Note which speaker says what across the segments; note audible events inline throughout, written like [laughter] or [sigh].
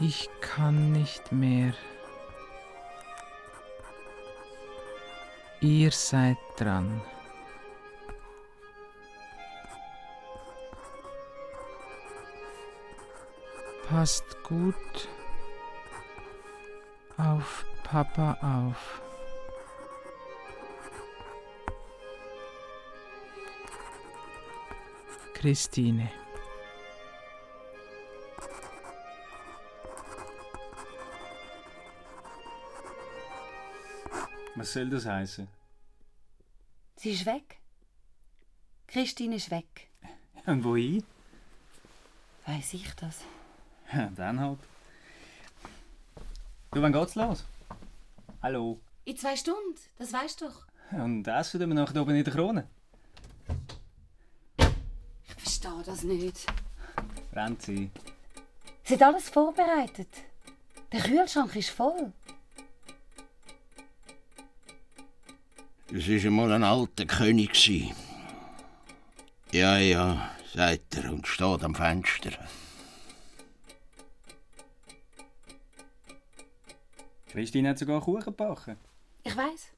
Speaker 1: Ich kann nicht mehr. Ihr seid dran. Passt gut auf Papa auf. Christine.
Speaker 2: Was soll das heißen? [laughs]
Speaker 3: Sie ist weg. Christine ist weg.
Speaker 2: Und wohin?
Speaker 3: Weiß ich das?
Speaker 2: Ja, [laughs] dann halt. Du, wann geht's los? Hallo.
Speaker 3: In zwei Stunden, das weißt du doch.
Speaker 2: Und essen tun wir nachher oben in der Krone.
Speaker 3: Ich verstehe das nicht.
Speaker 2: Renzi.
Speaker 3: Es hat alles vorbereitet. Der Kühlschrank ist voll.
Speaker 4: Es war einmal ein alter König. gsi. Ja, ja, sagt er und steht am Fenster.
Speaker 2: Christine hat sogar Kuchen gebacken.
Speaker 3: Ich weiß.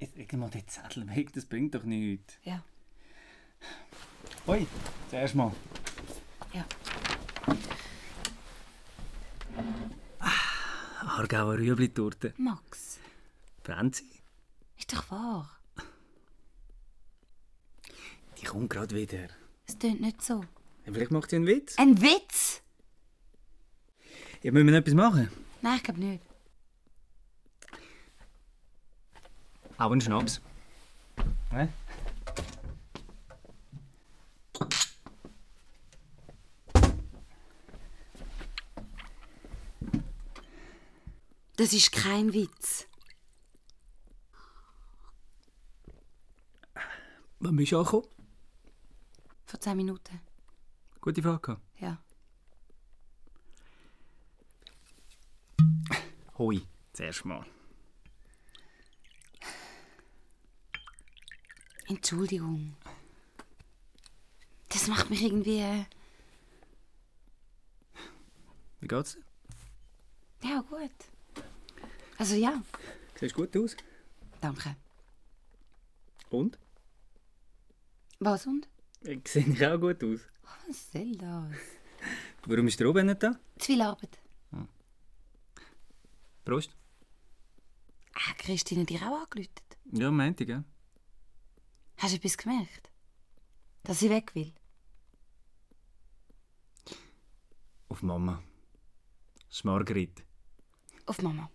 Speaker 2: Jetzt leg mal den Zettel weg, das bringt doch nichts.
Speaker 3: Ja.
Speaker 2: Hoi, zuerst mal. Aargauer Rüebli-Torte.
Speaker 3: Max,
Speaker 2: Franzi,
Speaker 3: ist doch wahr.
Speaker 2: die kommt gerade wieder.
Speaker 3: Es tönt nicht so.
Speaker 2: Vielleicht macht sie einen Witz.
Speaker 3: Ein Witz?
Speaker 2: Ja, müssen wir noch etwas machen?
Speaker 3: Nein, ich glaube nicht.
Speaker 2: Auch einen Schnaps. Ne?
Speaker 3: Das ist kein Witz.
Speaker 2: Wann bist du angekommen?
Speaker 3: Vor zehn Minuten.
Speaker 2: Gute Frage.
Speaker 3: Ja.
Speaker 2: Hoi, zuerst mal.
Speaker 3: Entschuldigung. Das macht mich irgendwie. äh,
Speaker 2: Wie geht's dir?
Speaker 3: Ja, gut. Also ja,
Speaker 2: Siehst gut aus.
Speaker 3: danke.
Speaker 2: Und?
Speaker 3: Was und?
Speaker 2: Ich sehe ich auch gut aus.
Speaker 3: Was soll das?
Speaker 2: Warum ist der oben nicht da?
Speaker 3: Zu viel Arbeit.
Speaker 2: Prost.
Speaker 3: Ah, Christine dir auch angelötet.
Speaker 2: Ja, meinte ich, ja.
Speaker 3: Hast du etwas gemerkt? Dass sie weg will?
Speaker 2: Auf Mama. Das Margrit.
Speaker 3: Auf Mama.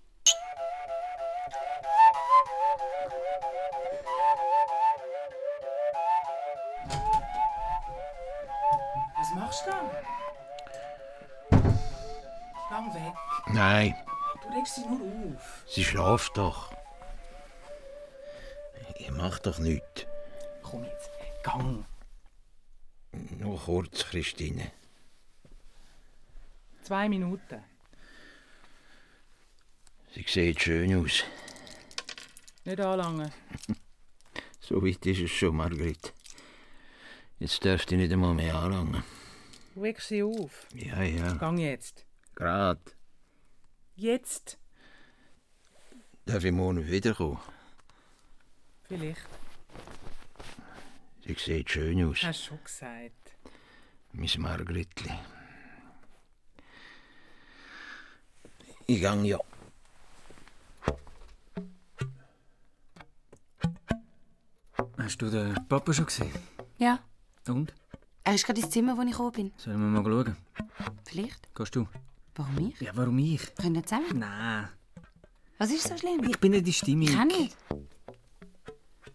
Speaker 1: Was machst du da? Gang weg.
Speaker 4: Nein,
Speaker 1: Du legst sie nur auf.
Speaker 4: sie schlaft doch. Ich mach doch nichts.
Speaker 1: Komm jetzt. Gang.
Speaker 4: Nur kurz, Christine.
Speaker 1: Zwei Minuten.
Speaker 4: Sie sieht schön aus.
Speaker 1: Nicht anlangen.
Speaker 4: So weit ist es schon, Margrit. Jetzt darf ich nicht einmal mehr anlangen.
Speaker 1: Du legst sie auf.
Speaker 4: Ja, ja,
Speaker 1: Gang jetzt.
Speaker 4: grad.
Speaker 1: Jetzt.
Speaker 4: Darf ich morgen wiederkommen?
Speaker 1: Vielleicht.
Speaker 4: Sie sieht schön aus.
Speaker 1: Hast du schon gesagt.
Speaker 4: Miss Margretli. Ich gang ja.
Speaker 2: Hast du den Papa schon gesehen?
Speaker 3: Ja.
Speaker 2: Und?
Speaker 3: Er ist gerade ins Zimmer, wo ich gekommen bin.
Speaker 2: Sollen wir mal schauen?
Speaker 3: Vielleicht.
Speaker 2: Gehst du?
Speaker 3: Warum ich?
Speaker 2: Ja, warum ich?
Speaker 3: Können wir zusammen?
Speaker 2: Nein.
Speaker 3: Was ist so schlimm?
Speaker 2: Ich bin nicht die Stimme.
Speaker 3: kann nicht.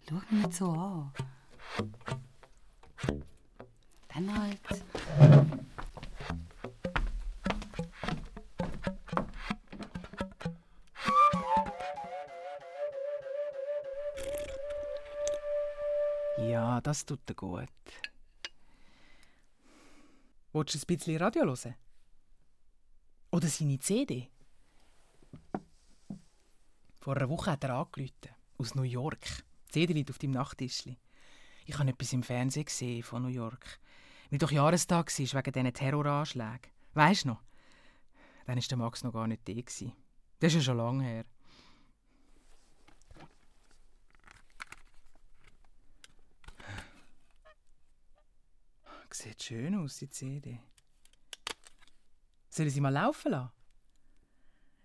Speaker 3: Schau mich nicht so an. Dann halt.
Speaker 1: Ja, das tut dir gut. Willst du ein bisschen Radio hören? Oder seine CD? Vor einer Woche hat er angerufen, aus New York. Die CD liegt auf deinem Nachttischli. Ich habe etwas im Fernsehen gesehen von New York. Wie doch Jahrestag war wegen diesen Terroranschlägen. Weisst du noch? Dann war der Max noch gar nicht da. gewesen. Das ist ja schon lange her. Sieht schön aus, die CD. Soll ich sie mal laufen lassen?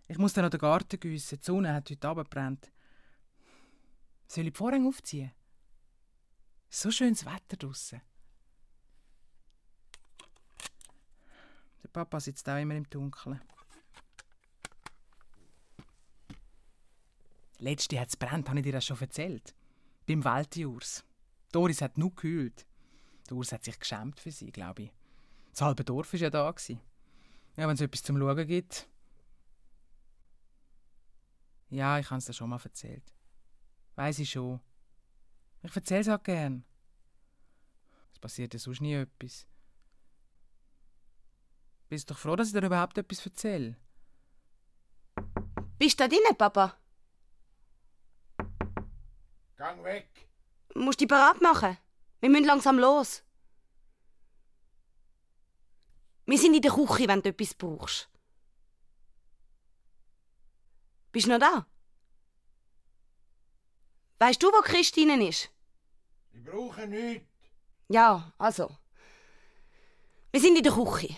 Speaker 1: Ich muss dann noch den Garten gießen. Die Sonne hat heute Abend gebrannt. Soll ich die Vorhänge aufziehen? So schönes Wetter draussen. Der Papa sitzt auch immer im Dunkeln. Letzte hat es brennt, habe ich dir das schon erzählt. Beim Weltjurs. Doris hat nur gekühlt. Der Urs hat sich geschämt für sie, glaube ich. Das halbe Dorf war ja da. Gewesen. Ja, wenn es etwas zum Schauen gibt. Ja, ich habe es dir schon mal erzählt. Weiß ich schon. Ich erzähle es halt gern. Es passiert ja sonst nie etwas. Bist doch froh, dass ich dir überhaupt etwas erzähle.
Speaker 3: Bist da drinnen, Papa?
Speaker 4: Gang weg!
Speaker 3: Musst dich bereit machen. Wir müssen langsam los. Wir sind in der Küche, wenn du etwas brauchst. Bist du noch da? Weißt du, wo Christine ist?
Speaker 4: Ich brauche nichts.
Speaker 3: Ja, also. Wir sind in der Küche.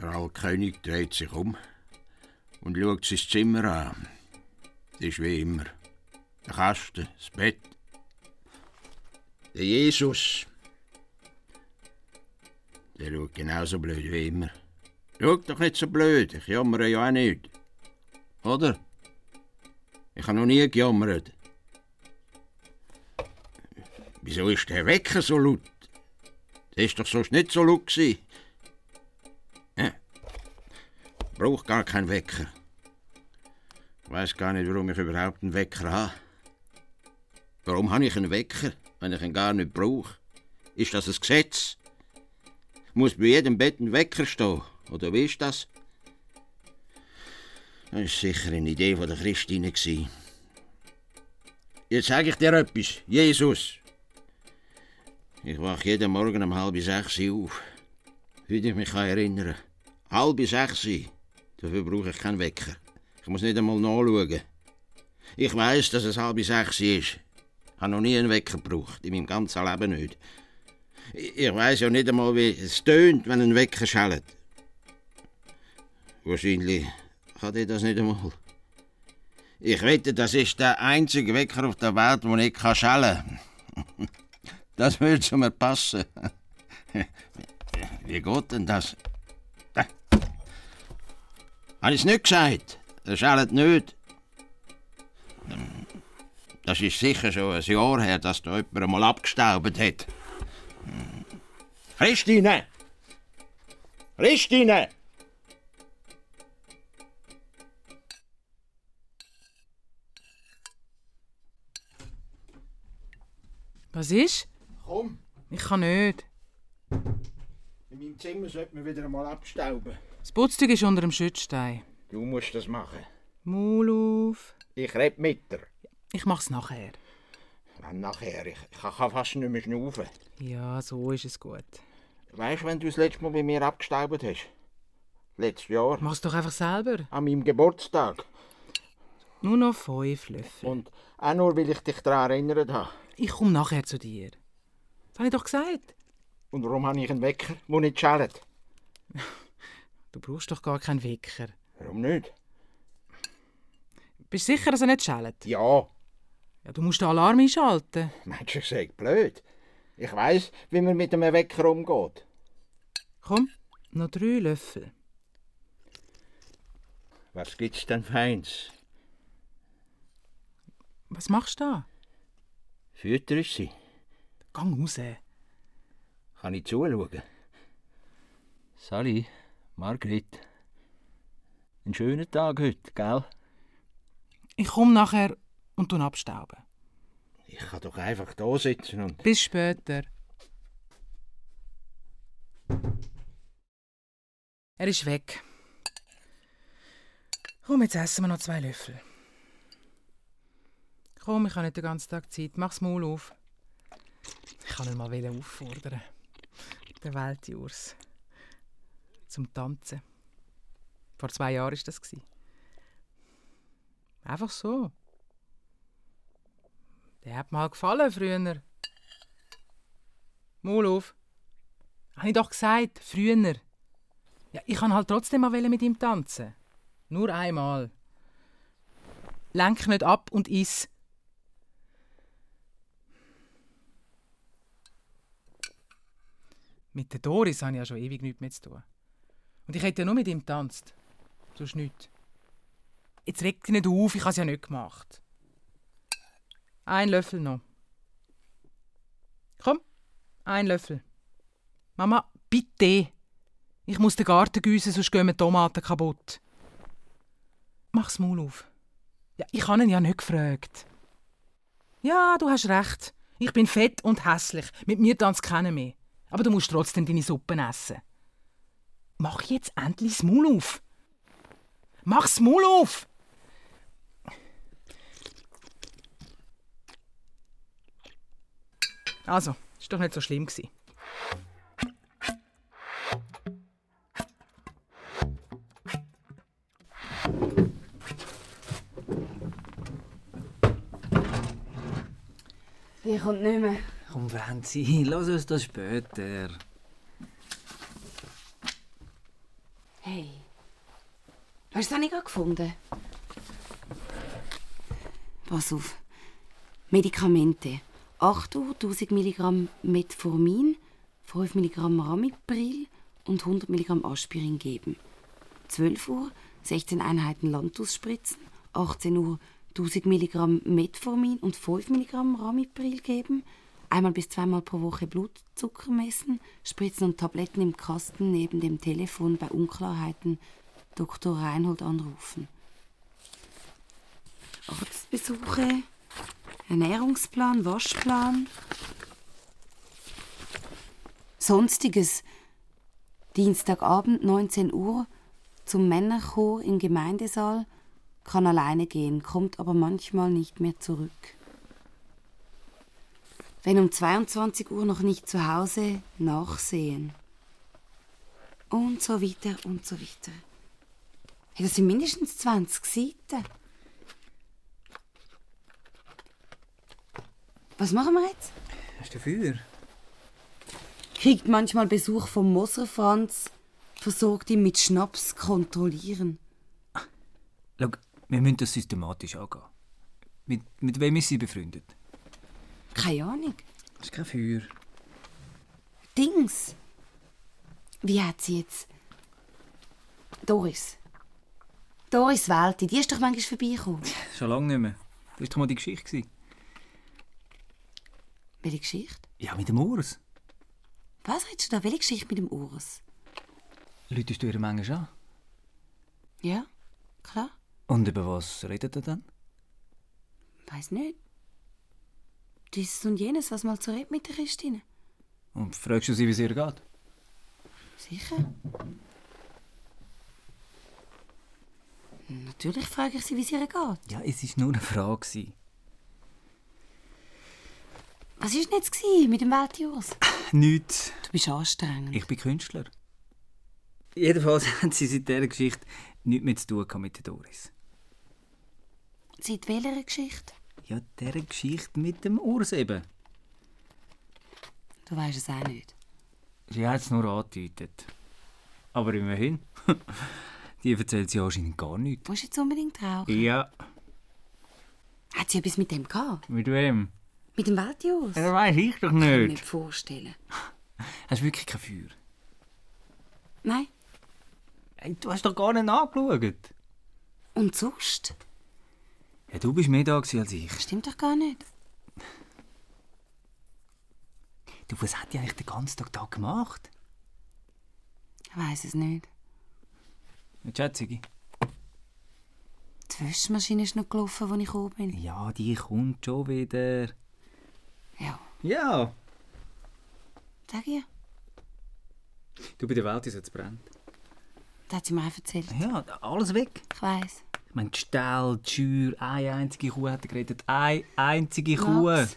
Speaker 4: Der Altkönig dreht sich um und schaut sein Zimmer an. Das ist wie immer. Der Kasten, das Bett. Der Jesus. Der schaut genauso blöd wie immer. Schaut doch nicht so blöd, ich jammere ja auch nicht. Oder? Ich habe noch nie gejammert. Wieso ist der Wecker so laut? Der ist doch sonst nicht so laut gewesen. brauche gar keinen Wecker. Ich weiß gar nicht, warum ich überhaupt einen Wecker habe. Warum habe ich einen Wecker, wenn ich ihn gar nicht brauche? Ist das ein Gesetz? Muss bei jedem Bett ein Wecker stehen? Oder wie ist das? Das war sicher eine Idee von der Christine. gewesen. Jetzt sage ich dir etwas, Jesus. Ich wache jeden Morgen um halb sechs auf. Wie ich mich kann erinnern Halb sechs. Dafür brauche ich keinen Wecker. Ich muss nicht einmal nachschauen. Ich weiß, dass es halb sechs ist. Ich habe noch nie einen Wecker gebraucht, in meinem ganzen Leben nicht. Ich ich weiß ja nicht einmal, wie es tönt, wenn ein Wecker schellt. Wahrscheinlich hat ich das nicht einmal. Ich wette, das ist der einzige Wecker auf der Welt, wo ich kann [laughs] schellen kann. Das würde zu mir passen. Wie dus? geht denn das? Habe ich es nicht gesagt? Das schellt nicht. Das ist sicher schon ein Jahr her, dass da jemand mal abgestaubt hat. Christine! Christine!
Speaker 1: Was ist?
Speaker 4: Komm,
Speaker 1: Ich kann nicht.
Speaker 4: in meinem Zimmer sollte man wieder mal abstauben.
Speaker 1: Das Putzzeug ist unter dem Schützstein.
Speaker 4: Du musst das machen.
Speaker 1: Maul auf.
Speaker 4: Ich rede mit dir.
Speaker 1: Ich mach's nachher.
Speaker 4: Wenn nachher. Ich, ich kann fast nicht mehr schnaufen.
Speaker 1: Ja, so ist es gut.
Speaker 4: Weißt du, wenn du das letzte Mal bei mir abgestaubt hast? Letztes Jahr.
Speaker 1: Mach's doch einfach selber.
Speaker 4: An meinem Geburtstag.
Speaker 1: Nur noch fünf Löffel.
Speaker 4: Und auch nur, weil ich dich daran erinnert habe.
Speaker 1: Ich komm nachher zu dir. Das habe ich doch gesagt.
Speaker 4: Und warum habe ich einen Wecker, der nicht schellt?
Speaker 1: Du brauchst doch gar keinen Wecker.
Speaker 4: Warum nicht?
Speaker 1: Bist du sicher, dass er nicht schellt?
Speaker 4: Ja,
Speaker 1: Ja, du musst den Alarm einschalten.
Speaker 4: Mensch, ich sage blöd. Ich weiß, wie man mit einem Wecker umgeht.
Speaker 1: Komm, noch drei Löffel.
Speaker 4: Was gibt's denn feins?
Speaker 1: Was machst du da?
Speaker 4: Fütter ist sie.
Speaker 1: Gang raus.
Speaker 4: Kann ich zuschauen?
Speaker 2: Sally, Margret. Einen schönen Tag heute, gell?
Speaker 1: Ich komm nachher und tun abstauben.
Speaker 4: Ich kann doch einfach da sitzen und...
Speaker 1: Bis später. Er ist weg. Komm, jetzt essen wir noch zwei Löffel. Komm, ich habe nicht den ganzen Tag Zeit. Mach's Maul auf. Ich kann ihn mal wieder auffordern. Der Weltjurs. Zum Tanzen. Vor zwei Jahren war das. Einfach so. Der hat mir halt gefallen früher. Maul auf. Habe ich doch gesagt, früher. Ja, ich kann halt trotzdem mal wollen mit ihm tanzen. Nur einmal. Lenk nicht ab und iss. Mit der Doris habe ich ja schon ewig nichts mehr zu tun. Und ich hätte ja nur mit ihm getanzt. Sonst nichts. Jetzt regt dich nicht auf, ich habe es ja nicht gemacht. Ein Löffel noch. Komm, ein Löffel. Mama, bitte. Ich muss den Garten gießen, sonst gehen mir die Tomaten kaputt. Mach's Maul auf. Ja, ich habe ihn ja nicht gefragt. Ja, du hast recht. Ich bin fett und hässlich. Mit mir tanzt keiner mehr. Aber du musst trotzdem deine Suppen essen. Mach jetzt endlich das Maul auf. Mach's Maul auf! Also, ist doch nicht so schlimm gewesen.
Speaker 3: Die kommt nicht mehr.
Speaker 2: Komm, Franzi, lass uns das später.
Speaker 3: Hey. Hast du das nicht gerade gefunden? Pass auf. Medikamente. 8 1000 mg Metformin, 5 mg Ramipril und 100 mg Aspirin geben. 12 Uhr 16 Einheiten Lantus spritzen, 18 Uhr 1000 mg Metformin und 5 mg Ramipril geben, einmal bis zweimal pro Woche Blutzucker messen, Spritzen und Tabletten im Kasten neben dem Telefon bei Unklarheiten Dr. Reinhold anrufen. Arztbesuche, Ernährungsplan, Waschplan. Sonstiges. Dienstagabend 19 Uhr zum Männerchor im Gemeindesaal. Kann alleine gehen, kommt aber manchmal nicht mehr zurück. Wenn um 22 Uhr noch nicht zu Hause, nachsehen. Und so weiter und so weiter. Hey, das sind mindestens 20 Seiten. Was machen wir jetzt?
Speaker 2: Hast du dafür?
Speaker 3: Kriegt manchmal Besuch vom Moser Franz, versorgt ihn mit Schnaps, kontrollieren.
Speaker 2: Schau, wir müssen das systematisch angehen. Mit, mit wem ist sie befreundet?
Speaker 3: Keine Ahnung.
Speaker 2: Das ist kein Feuer.
Speaker 3: Dings. Wie hat sie jetzt? Doris. Doris Welti, die ist doch manchmal [laughs] vorbeigekommen.
Speaker 2: Schon lange nicht mehr. Das war doch mal die Geschichte. gewesen.
Speaker 3: Welche Geschichte?
Speaker 2: Ja, mit dem Urs.
Speaker 3: Was redest du da? Welche Geschichte mit dem Urs?
Speaker 2: Läutest du ihr manchmal an?
Speaker 3: Ja, klar.
Speaker 2: Und über was redet ihr dann?
Speaker 3: Weiß nicht. Dieses und jenes, was mal zu reden mit der Christine.
Speaker 2: Und fragst du sie, wie es ihr geht?
Speaker 3: Sicher? Natürlich frage ich sie, wie es ihr geht.
Speaker 2: Ja, es war nur eine Frage. gewesen.
Speaker 3: Was war denn jetzt gewesen mit dem Weltjurs?
Speaker 2: Nichts.
Speaker 3: Du bist anstrengend.
Speaker 2: Ich bin Künstler. Jedenfalls [laughs] hat sie seit dieser Geschichte nichts mehr zu tun gehabt mit der Doris.
Speaker 3: Seit welcher Geschichte?
Speaker 2: Ja, dieser Geschichte mit dem Urs eben.
Speaker 3: Du weißt es auch nicht.
Speaker 2: Sie hat es nur angedeutet. Aber immerhin. [laughs] Die erzählt sie anscheinend gar nichts.
Speaker 3: Musst jetzt unbedingt rauchen.
Speaker 2: Ja,
Speaker 3: Hat sie etwas mit dem gehabt?
Speaker 2: mit wem?
Speaker 3: Mit dem Weltjus?
Speaker 2: Das weiß ich doch
Speaker 3: kann mir Äh, nicht
Speaker 2: nicht.
Speaker 3: vorstellen.
Speaker 2: Hast du wirklich kein Feuer?
Speaker 3: Nein.
Speaker 2: Hey, du hast doch gar nicht angeschaut.
Speaker 3: Und sonst?
Speaker 2: Ja, du bist mehr da gewesen als ich.
Speaker 3: Stimmt doch gar nicht.
Speaker 2: Du, was hat die eigentlich den ganzen Tag da gemacht?
Speaker 3: Ich weiß es nicht.
Speaker 2: Eine Schätzige?
Speaker 3: Die Wäschmaschine ist noch gelaufen, als ich oben bin.
Speaker 2: Ja, die kommt schon wieder.
Speaker 3: Ja,
Speaker 2: Ja.
Speaker 3: sag ihr.
Speaker 2: Du, bei der Welt ist jetzt brennt.
Speaker 3: Das hat sie mir auch erzählt.
Speaker 2: Ja, alles weg.
Speaker 3: Ich weiß.
Speaker 2: Ich meine, die Ställe, die Schür, eine einzige Kuh hat er gerettet. Eine einzige Kuh.
Speaker 3: Max.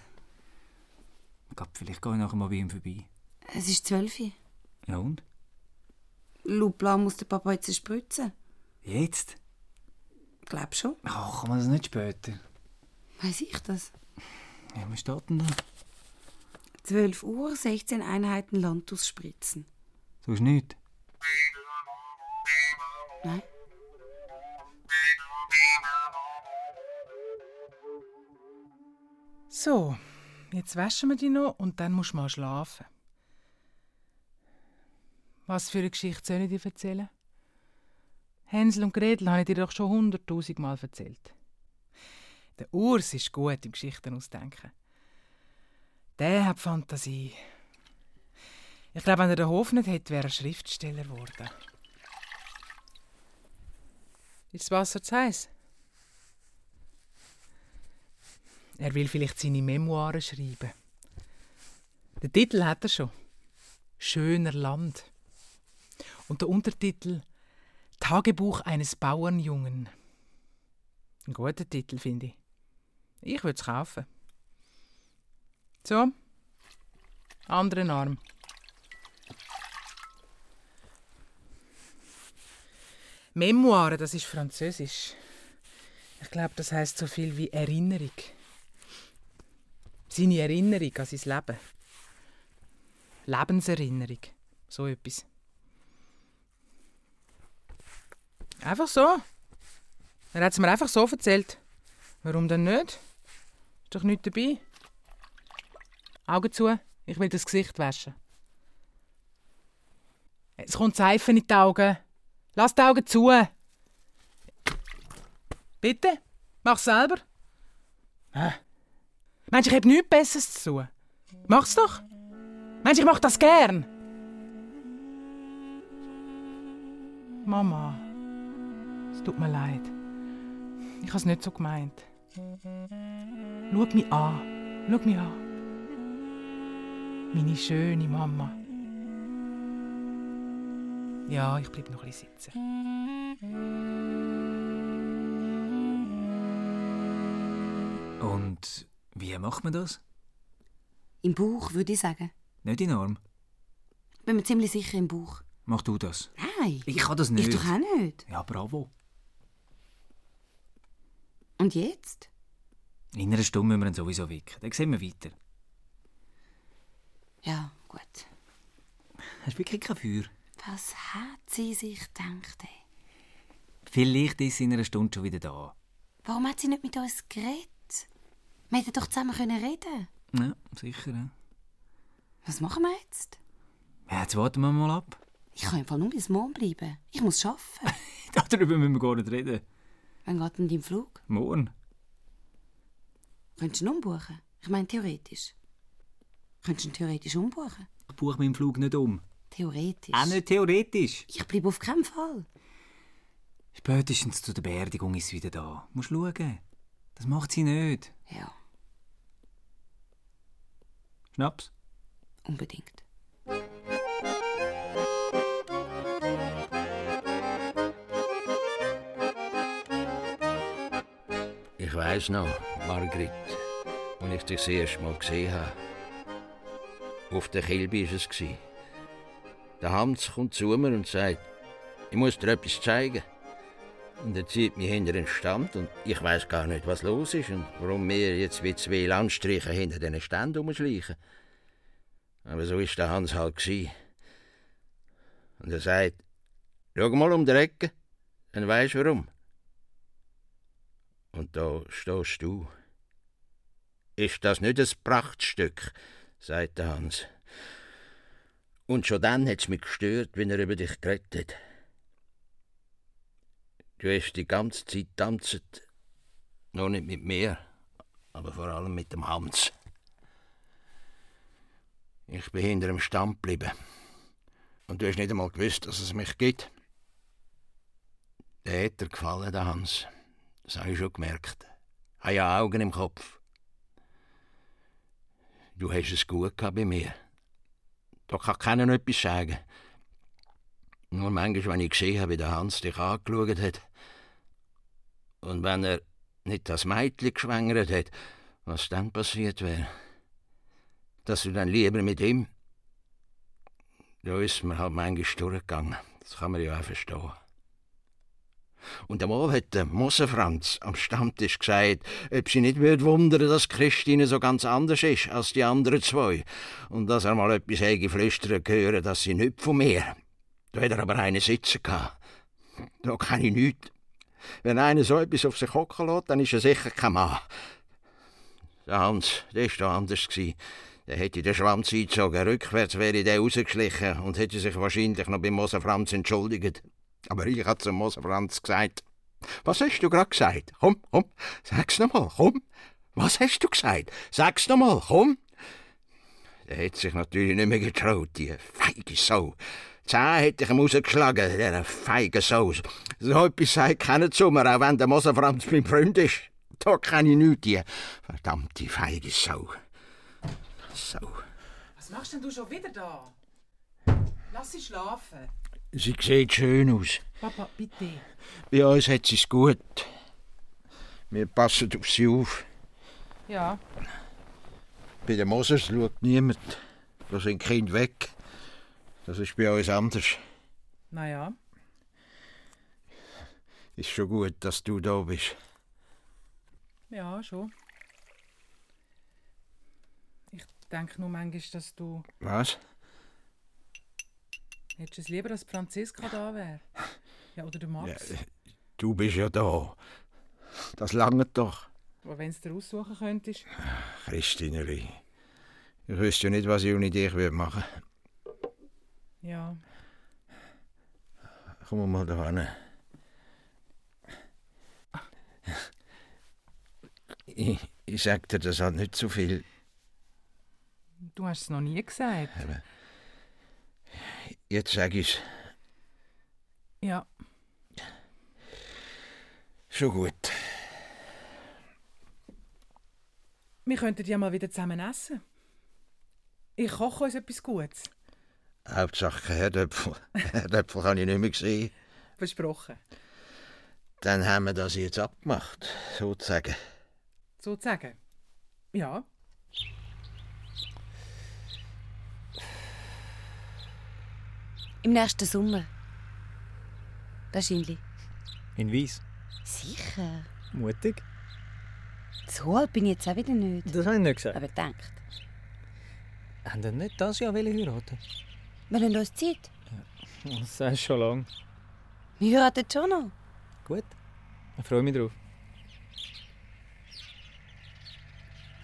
Speaker 2: Gab, vielleicht gehe ich nachher mal bei ihm vorbei.
Speaker 3: Es ist zwölf.
Speaker 2: Ja und?
Speaker 3: Laut Plan muss der Papa jetzt spritzen.
Speaker 2: Jetzt?
Speaker 3: Glaub schon.
Speaker 2: Ach, kann man das nicht später?
Speaker 3: Weiß ich das?
Speaker 2: Ja, was steht denn da?
Speaker 3: 12 Uhr, 16 Einheiten Landus spritzen.
Speaker 2: So ist nichts.
Speaker 3: Nein?
Speaker 1: So, jetzt waschen wir dich noch und dann musst du mal schlafen. Was für eine Geschichte soll ich dir erzählen? Hänsel und Gretel habe ich dir doch schon hunderttausend Mal erzählt. Der Urs ist gut im Geschichten ausdenken. Der hat Fantasie. Ich glaube, wenn er den Hof nicht hätte, wäre er Schriftsteller geworden. Ist das Wasser zu heiß? Er will vielleicht seine Memoiren schreiben. Den Titel hat er schon. Schöner Land. Und der Untertitel Tagebuch eines Bauernjungen. Ein guter Titel, finde ich. Ich würde es kaufen. So. Anderen Arm. Memoiren, das ist Französisch. Ich glaube, das heißt so viel wie Erinnerung. Seine Erinnerung an sein Leben. Lebenserinnerung. So etwas. Einfach so. Er hat es mir einfach so erzählt. Warum denn nicht? Ist doch nichts dabei. Augen zu, ich will das Gesicht waschen. Es kommt Seife in die Augen. Lass die Augen zu. Bitte, mach selber. Hä? Meinst du, ich habe nichts Besseres zu tun? Mach's doch. Meinst du, ich mach das gern? Mama, es tut mir leid. Ich habe es nicht so gemeint. Schau mich an. Schau mich an. Meine schöne Mama. Ja, ich bleib noch ein bisschen sitzen.
Speaker 2: Und wie macht man das?
Speaker 3: Im Bauch, würde ich sagen.
Speaker 2: Nicht in Arm.
Speaker 3: Bin mir ziemlich sicher im Bauch.
Speaker 2: Mach du das.
Speaker 3: Nein.
Speaker 2: Ich kann das nicht.
Speaker 3: Ich doch auch nicht.
Speaker 2: Ja, bravo.
Speaker 3: Und jetzt?
Speaker 2: In einer Stunde müssen wir ihn sowieso wecken. Dann sehen wir weiter.
Speaker 3: Ja, gut.
Speaker 2: Hast wirklich kein Feuer?
Speaker 3: Was hat sie sich gedacht? ey?
Speaker 2: Vielleicht ist sie in einer Stunde schon wieder da.
Speaker 3: Warum hat sie nicht mit uns geredet? Wir hätten doch zusammen können reden.
Speaker 2: Ja, sicher. Ja.
Speaker 3: Was machen wir jetzt?
Speaker 2: Ja, Jetzt warten wir mal ab.
Speaker 3: Ich kann im Fall nur bis morgen bleiben. Ich muss arbeiten. [laughs]
Speaker 2: [laughs] Darüber müssen wir gar nicht reden.
Speaker 3: Wann geht denn dein Flug?
Speaker 2: Morgen.
Speaker 3: Könntest du ihn umbuchen? Ich meine, theoretisch. Könntest du ihn theoretisch umbuchen?
Speaker 2: Ich buche meinen Flug nicht um.
Speaker 3: Theoretisch.
Speaker 2: Auch nicht theoretisch.
Speaker 3: Ich bleibe auf keinen Fall.
Speaker 2: Spätestens zu der Beerdigung ist sie wieder da. Musst schauen. Das macht sie nicht.
Speaker 3: Ja,
Speaker 2: Schnaps?
Speaker 3: unbedingt.
Speaker 4: Ich weiß noch, Margrit, als ich dich das erste Mal gesehen habe. Auf der Kilbe war es. gsi. Der Hans kommt zu mir und sagt, ich muss dir etwas zeigen. Und er zieht mich hinter den Stand und ich weiß gar nicht, was los ist und warum wir jetzt wie zwei Landstriche hinter diesen Ständen rumschleichen. Aber so ist der Hans halt. gsi. Und er sagt, schau mal um die Ecke, dann weisst warum. Und da stehst du. Ist das nicht ein Prachtstück? sagte Hans. Und schon dann hat's mich gestört, wenn er über dich geredet hat. Du hast die ganze Zeit tanzt. Noch nicht mit mir, aber vor allem mit dem Hans. Ich bin hinter dem Stand geblieben. Und du hast nicht einmal gewusst, dass es mich gibt. Der hat dir gefallen, der Hans. Das habe ich schon gemerkt. Ich habe ja Augen im Kopf. Du hast es gut gehabt bei mir. Da kann keiner etwas sagen. Nur manchmal, wenn ich gesehen habe, wie der Hans dich angeschaut hat Und wenn er nicht das Mädchen geschwängert hat, was dann passiert wäre? Dass du dann lieber mit ihm. Da ist man halt manchmal durchgegangen. Das kann man ja auch verstehen. Und einmal hat der Mosenfranz am Stammtisch gesagt, ob sie nicht würde wundern, dass Christine so ganz anders ist als die anderen zwei. Und dass er mal etwas hege flüstern gehört, dass sie nicht von mir. Da hat er aber einen sitzen gehabt. Da kann ich nichts. Wenn einer so etwas auf sich hocken lässt, dann ist er sicher kein Mann. Der Hans, der war da anders. Gewesen. Der hätte den Schwanz eingezogen. Rückwärts wäre der rausgeschlichen und hätte sich wahrscheinlich noch beim Mosenfranz entschuldigt. Aber ich hat zum Mosenfranz gesagt: Was hast du gerade gesagt? Komm, komm, sag's nochmal, komm. Was hast du gesagt? Sag's nochmal, komm. Der hätte sich natürlich nicht mehr getraut, die feige Sau. Zehn hätte ich ihm rausgeschlagen, der feige Sau. So etwas sagt keiner zu mir, auch wenn der Mosenfranz mein Freund ist. Da kann ich nichts, die verdammte feige Sau. Sau.
Speaker 1: Was machst denn du schon wieder da? Lass sie schlafen.
Speaker 4: Sie sieht schön aus.
Speaker 1: Papa, bitte.
Speaker 4: Bei uns hat sie es gut. Wir passen auf sie auf.
Speaker 1: Ja.
Speaker 4: Bei den Mosers schaut niemand. Da sind die Kinder weg. Das ist bei uns anders.
Speaker 1: Naja.
Speaker 4: Ist schon gut, dass du da bist.
Speaker 1: Ja, schon. Ich denke nur manchmal, dass du
Speaker 4: Was?
Speaker 1: hättest es lieber, dass Franziska da wäre. Ja, äh. oder der Max.
Speaker 4: Du bist ja da. Das lange doch,
Speaker 1: Aber wenn es dir aussuchen könntest.
Speaker 4: Christineli. Ich wüsste ja nicht, was ich ohne dich würde machen.
Speaker 1: Ja.
Speaker 4: Komm mal da hin. Ich, ich sag dir, das hat nicht so viel.
Speaker 1: Du hast es noch nie gesagt.
Speaker 4: Jetzt sag ich's.
Speaker 1: Ja.
Speaker 4: Schon gut.
Speaker 1: Wir könnten ja mal wieder zusammen essen. Ich koche uns etwas Gutes.
Speaker 4: Hauptsache kein Herdöpfel. [laughs] Herdöpfel kann ich nicht mehr sehen.
Speaker 1: Versprochen.
Speaker 4: Dann haben wir das jetzt abgemacht, sozusagen.
Speaker 1: Sozusagen. Ja.
Speaker 3: Im nächsten Sommer. Wahrscheinlich.
Speaker 2: In Weiss.
Speaker 3: Sicher.
Speaker 2: Mutig.
Speaker 3: So alt bin ich jetzt auch wieder nicht.
Speaker 2: Das habe ich nicht gesagt.
Speaker 3: Aber denkt,
Speaker 2: Äh, Haben denn nicht das Jahr wollen heiraten?
Speaker 3: wir haben uns Zeit.
Speaker 2: Das ist schon lang.
Speaker 3: Wir heiraten schon noch.
Speaker 2: Gut. Ich freue mich drauf.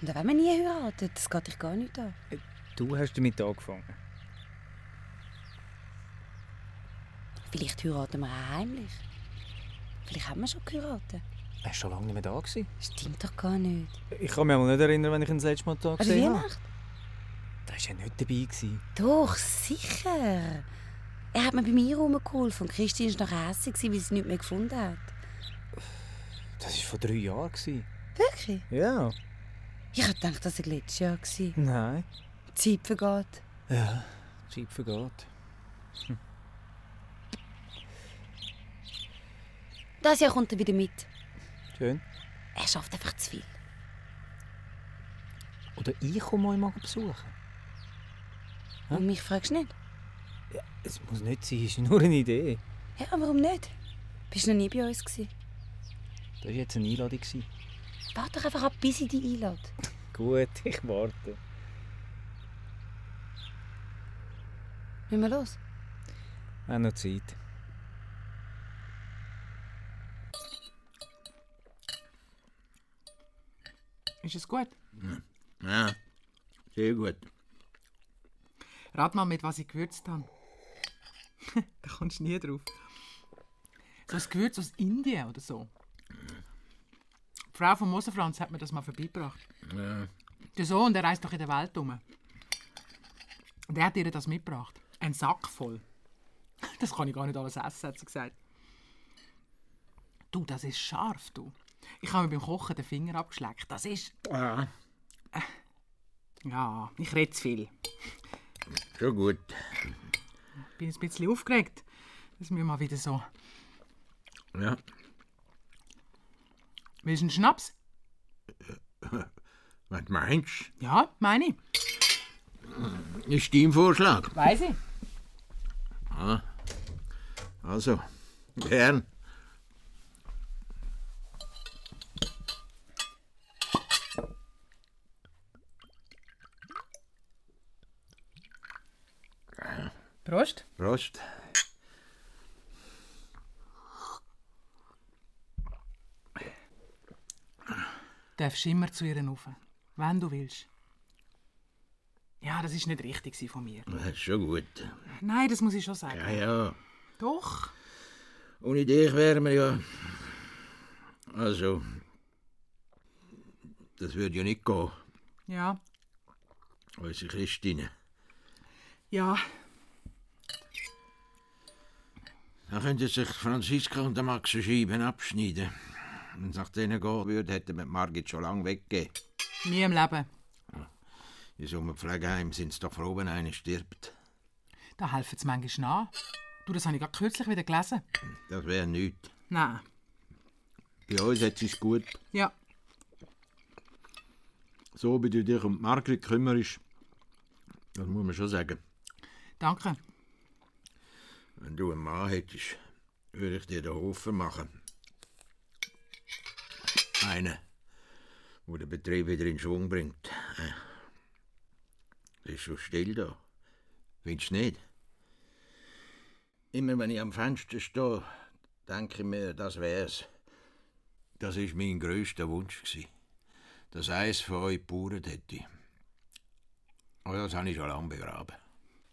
Speaker 3: Und auch wenn wir nie heiraten, das geht dich gar nicht an.
Speaker 2: Du hast damit angefangen.
Speaker 3: Vielleicht heiraten wir auch heimlich. Vielleicht haben wir schon geheiratet.
Speaker 2: Er war schon lange nicht mehr da. Gewesen.
Speaker 3: Stimmt doch gar nicht.
Speaker 2: Ich kann mich auch nicht erinnern, wenn ich ihn das letzte Mal da
Speaker 3: Also
Speaker 2: gesehen habe.
Speaker 3: Weihnachten?
Speaker 2: Da war ja nicht dabei. Gewesen.
Speaker 3: Doch, sicher. Er hat mir bei mir rumgeholfen und Christine war noch hässlich, weil sie nichts mehr gefunden hat.
Speaker 2: Das war vor drei Jahren. Gewesen.
Speaker 3: Wirklich?
Speaker 2: Ja.
Speaker 3: Ich hätte gedacht, das war letztes Jahr. gewesen.
Speaker 2: Nein.
Speaker 3: Die Zeit vergeht.
Speaker 2: Ja. Die Zeit vergeht.
Speaker 3: Das Jahr kommt er wieder mit.
Speaker 2: Schön.
Speaker 3: Er schafft einfach zu viel.
Speaker 2: Oder ich komme euch mal besuchen. Ja.
Speaker 3: Und mich fragst du nicht?
Speaker 2: Es muss nicht sein, es ist nur eine Idee.
Speaker 3: Ja, warum nicht? Bist du noch nie bei uns gewesen?
Speaker 2: Das war jetzt eine Einladung. Gewesen.
Speaker 3: Warte doch einfach ab, bis ich dich einlade.
Speaker 2: Gut, ich warte.
Speaker 3: Müssen wir los?
Speaker 2: Auch noch Zeit.
Speaker 1: Ist es gut?
Speaker 4: Ja, sehr gut.
Speaker 1: Rat mal, mit was ich gewürzt habe. [laughs] da kommst du nie drauf. So ein Gewürz aus Indien oder so. Die Frau von Mosenfranz hat mir das mal vorbeigebracht. Der Sohn, der reist doch in der Welt rum. Und er hat ihr das mitgebracht. Ein Sack voll. [laughs] Das kann ich gar nicht alles essen, hat sie gesagt. Du, das ist scharf, du. Ich habe mir beim Kochen den Finger abgeschleckt. Das ist...
Speaker 4: Ja,
Speaker 1: Ja, ich rede zu viel.
Speaker 4: schon gut.
Speaker 1: bin jetzt ein bisschen aufgeregt, dass wir mal wieder so.
Speaker 4: Ja.
Speaker 1: Willst du einen Schnaps?
Speaker 4: Was meinst
Speaker 1: Ja, meine ich.
Speaker 4: du? Ist dein Vorschlag.
Speaker 1: Weiß ich.
Speaker 4: Also, gern.
Speaker 1: Prost.
Speaker 4: Prost.
Speaker 1: Darfst immer zu ihr rauf, wenn du willst. Ja, das ist nicht richtig gewesen von mir.
Speaker 4: Das ist schon gut.
Speaker 1: Nein, das muss ich schon sagen.
Speaker 4: Ja, ja.
Speaker 1: Doch.
Speaker 4: Ohne dich wären wir ja. Also. Das würde ja nicht gehen.
Speaker 1: Ja.
Speaker 4: Unsere Christine.
Speaker 1: Ja.
Speaker 4: Dann könnten sich Franziska und der Max eine Scheibe abschneiden. Wenn es nach denen gehen würde, hätten wir die Margit schon lange weggegeben.
Speaker 1: Nie im Leben.
Speaker 4: In so einem Pflegeheim sind sie doch froh, wenn einer stirbt.
Speaker 1: Da helfen sie manchmal nach. Du, das habe ich gerade kürzlich wieder gelesen.
Speaker 4: Das wäre nichts.
Speaker 1: Nein.
Speaker 4: Bei uns hat es gut.
Speaker 1: Ja.
Speaker 4: So, wie du dich um die Margrit kümmerst, das muss man schon sagen.
Speaker 1: Danke.
Speaker 4: Wenn du einen Mann hättest, würde ich dir den Hof machen. Einen, der den Betrieb wieder in Schwung bringt. Äh. Es ist schon still da. Findest du nicht? Immer wenn ich am Fenster stehe, denke ich mir, das wär's. Das ist mein grösster Wunsch. Gewesen. Dass eins von euch gebaut hätte. Aber das habe ich schon lange begraben.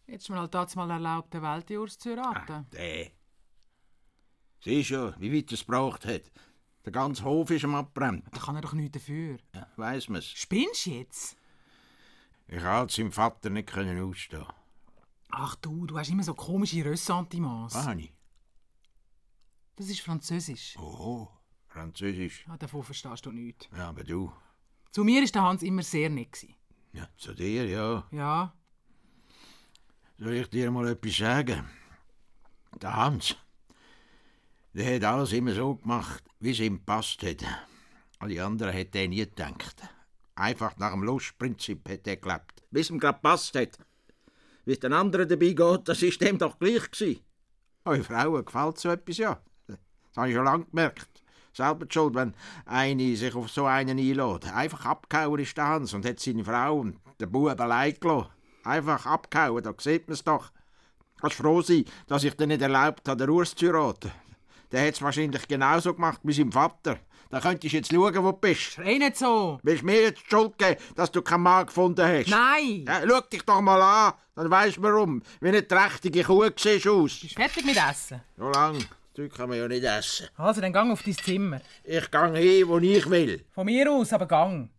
Speaker 1: Jetzt ist mir halt das mal erlaubt, den Weltjurs zu heiraten.
Speaker 4: Der. Siehst ja, äh. wie weit es gebraucht hat. Der ganze Hof ist am Abbrennen.
Speaker 1: Da kann er doch nichts dafür.
Speaker 4: Ja, weiss man's.
Speaker 1: Spinnst du jetzt?
Speaker 4: Ich konnte seinem Vater nicht können ausstehen.
Speaker 1: Ach du, du hast immer so komische Ressentiments.
Speaker 4: Was habe ich?
Speaker 1: Das ist Französisch.
Speaker 4: Oh, Französisch.
Speaker 1: Ah, davon verstehst du nichts.
Speaker 4: Ja, aber du.
Speaker 1: Zu mir ist der Hans immer sehr nett. gewesen.
Speaker 4: Ja, zu dir, ja.
Speaker 1: Ja,
Speaker 4: Soll ich dir mal etwas sagen? Der Hans. Der hat alles immer so gemacht, wie es ihm passt hat. An die anderen hat er nie gedacht. Einfach nach dem Lustprinzip hat er gelebt. Wie es ihm gerade passt hat. Wie es den anderen dabei geht, das ist dem doch gleich gewesen. Euch Frauen gefällt so etwas ja. Das habe ich schon lange gemerkt. Selber die schuld, wenn eine sich auf so einen einlädt. Einfach abgehauen ist der Hans und hat seine Frau und den Buben allein gelassen. Einfach abgehauen, da sieht man es doch. Kannst froh sein, dass ich dir nicht erlaubt habe, den Urs zu heiraten. Der hat es wahrscheinlich genauso gemacht wie sein Vater. Da könntest du jetzt schauen, wo du bist.
Speaker 1: schrei nicht so.
Speaker 4: Willst du mir jetzt die Schuld geben, dass du keinen Mann gefunden hast?
Speaker 1: Nein!
Speaker 4: Ja, schau dich doch mal an, dann weisst du warum. Wie eine trächtige Kuh siehst du aus.
Speaker 1: Bist fertig mit Essen?
Speaker 4: So lang, Zeug kann man ja nicht essen.
Speaker 1: Also, dann gang auf dein Zimmer.
Speaker 4: Ich gehe hin, wo ich will.
Speaker 1: Von mir aus, aber gang.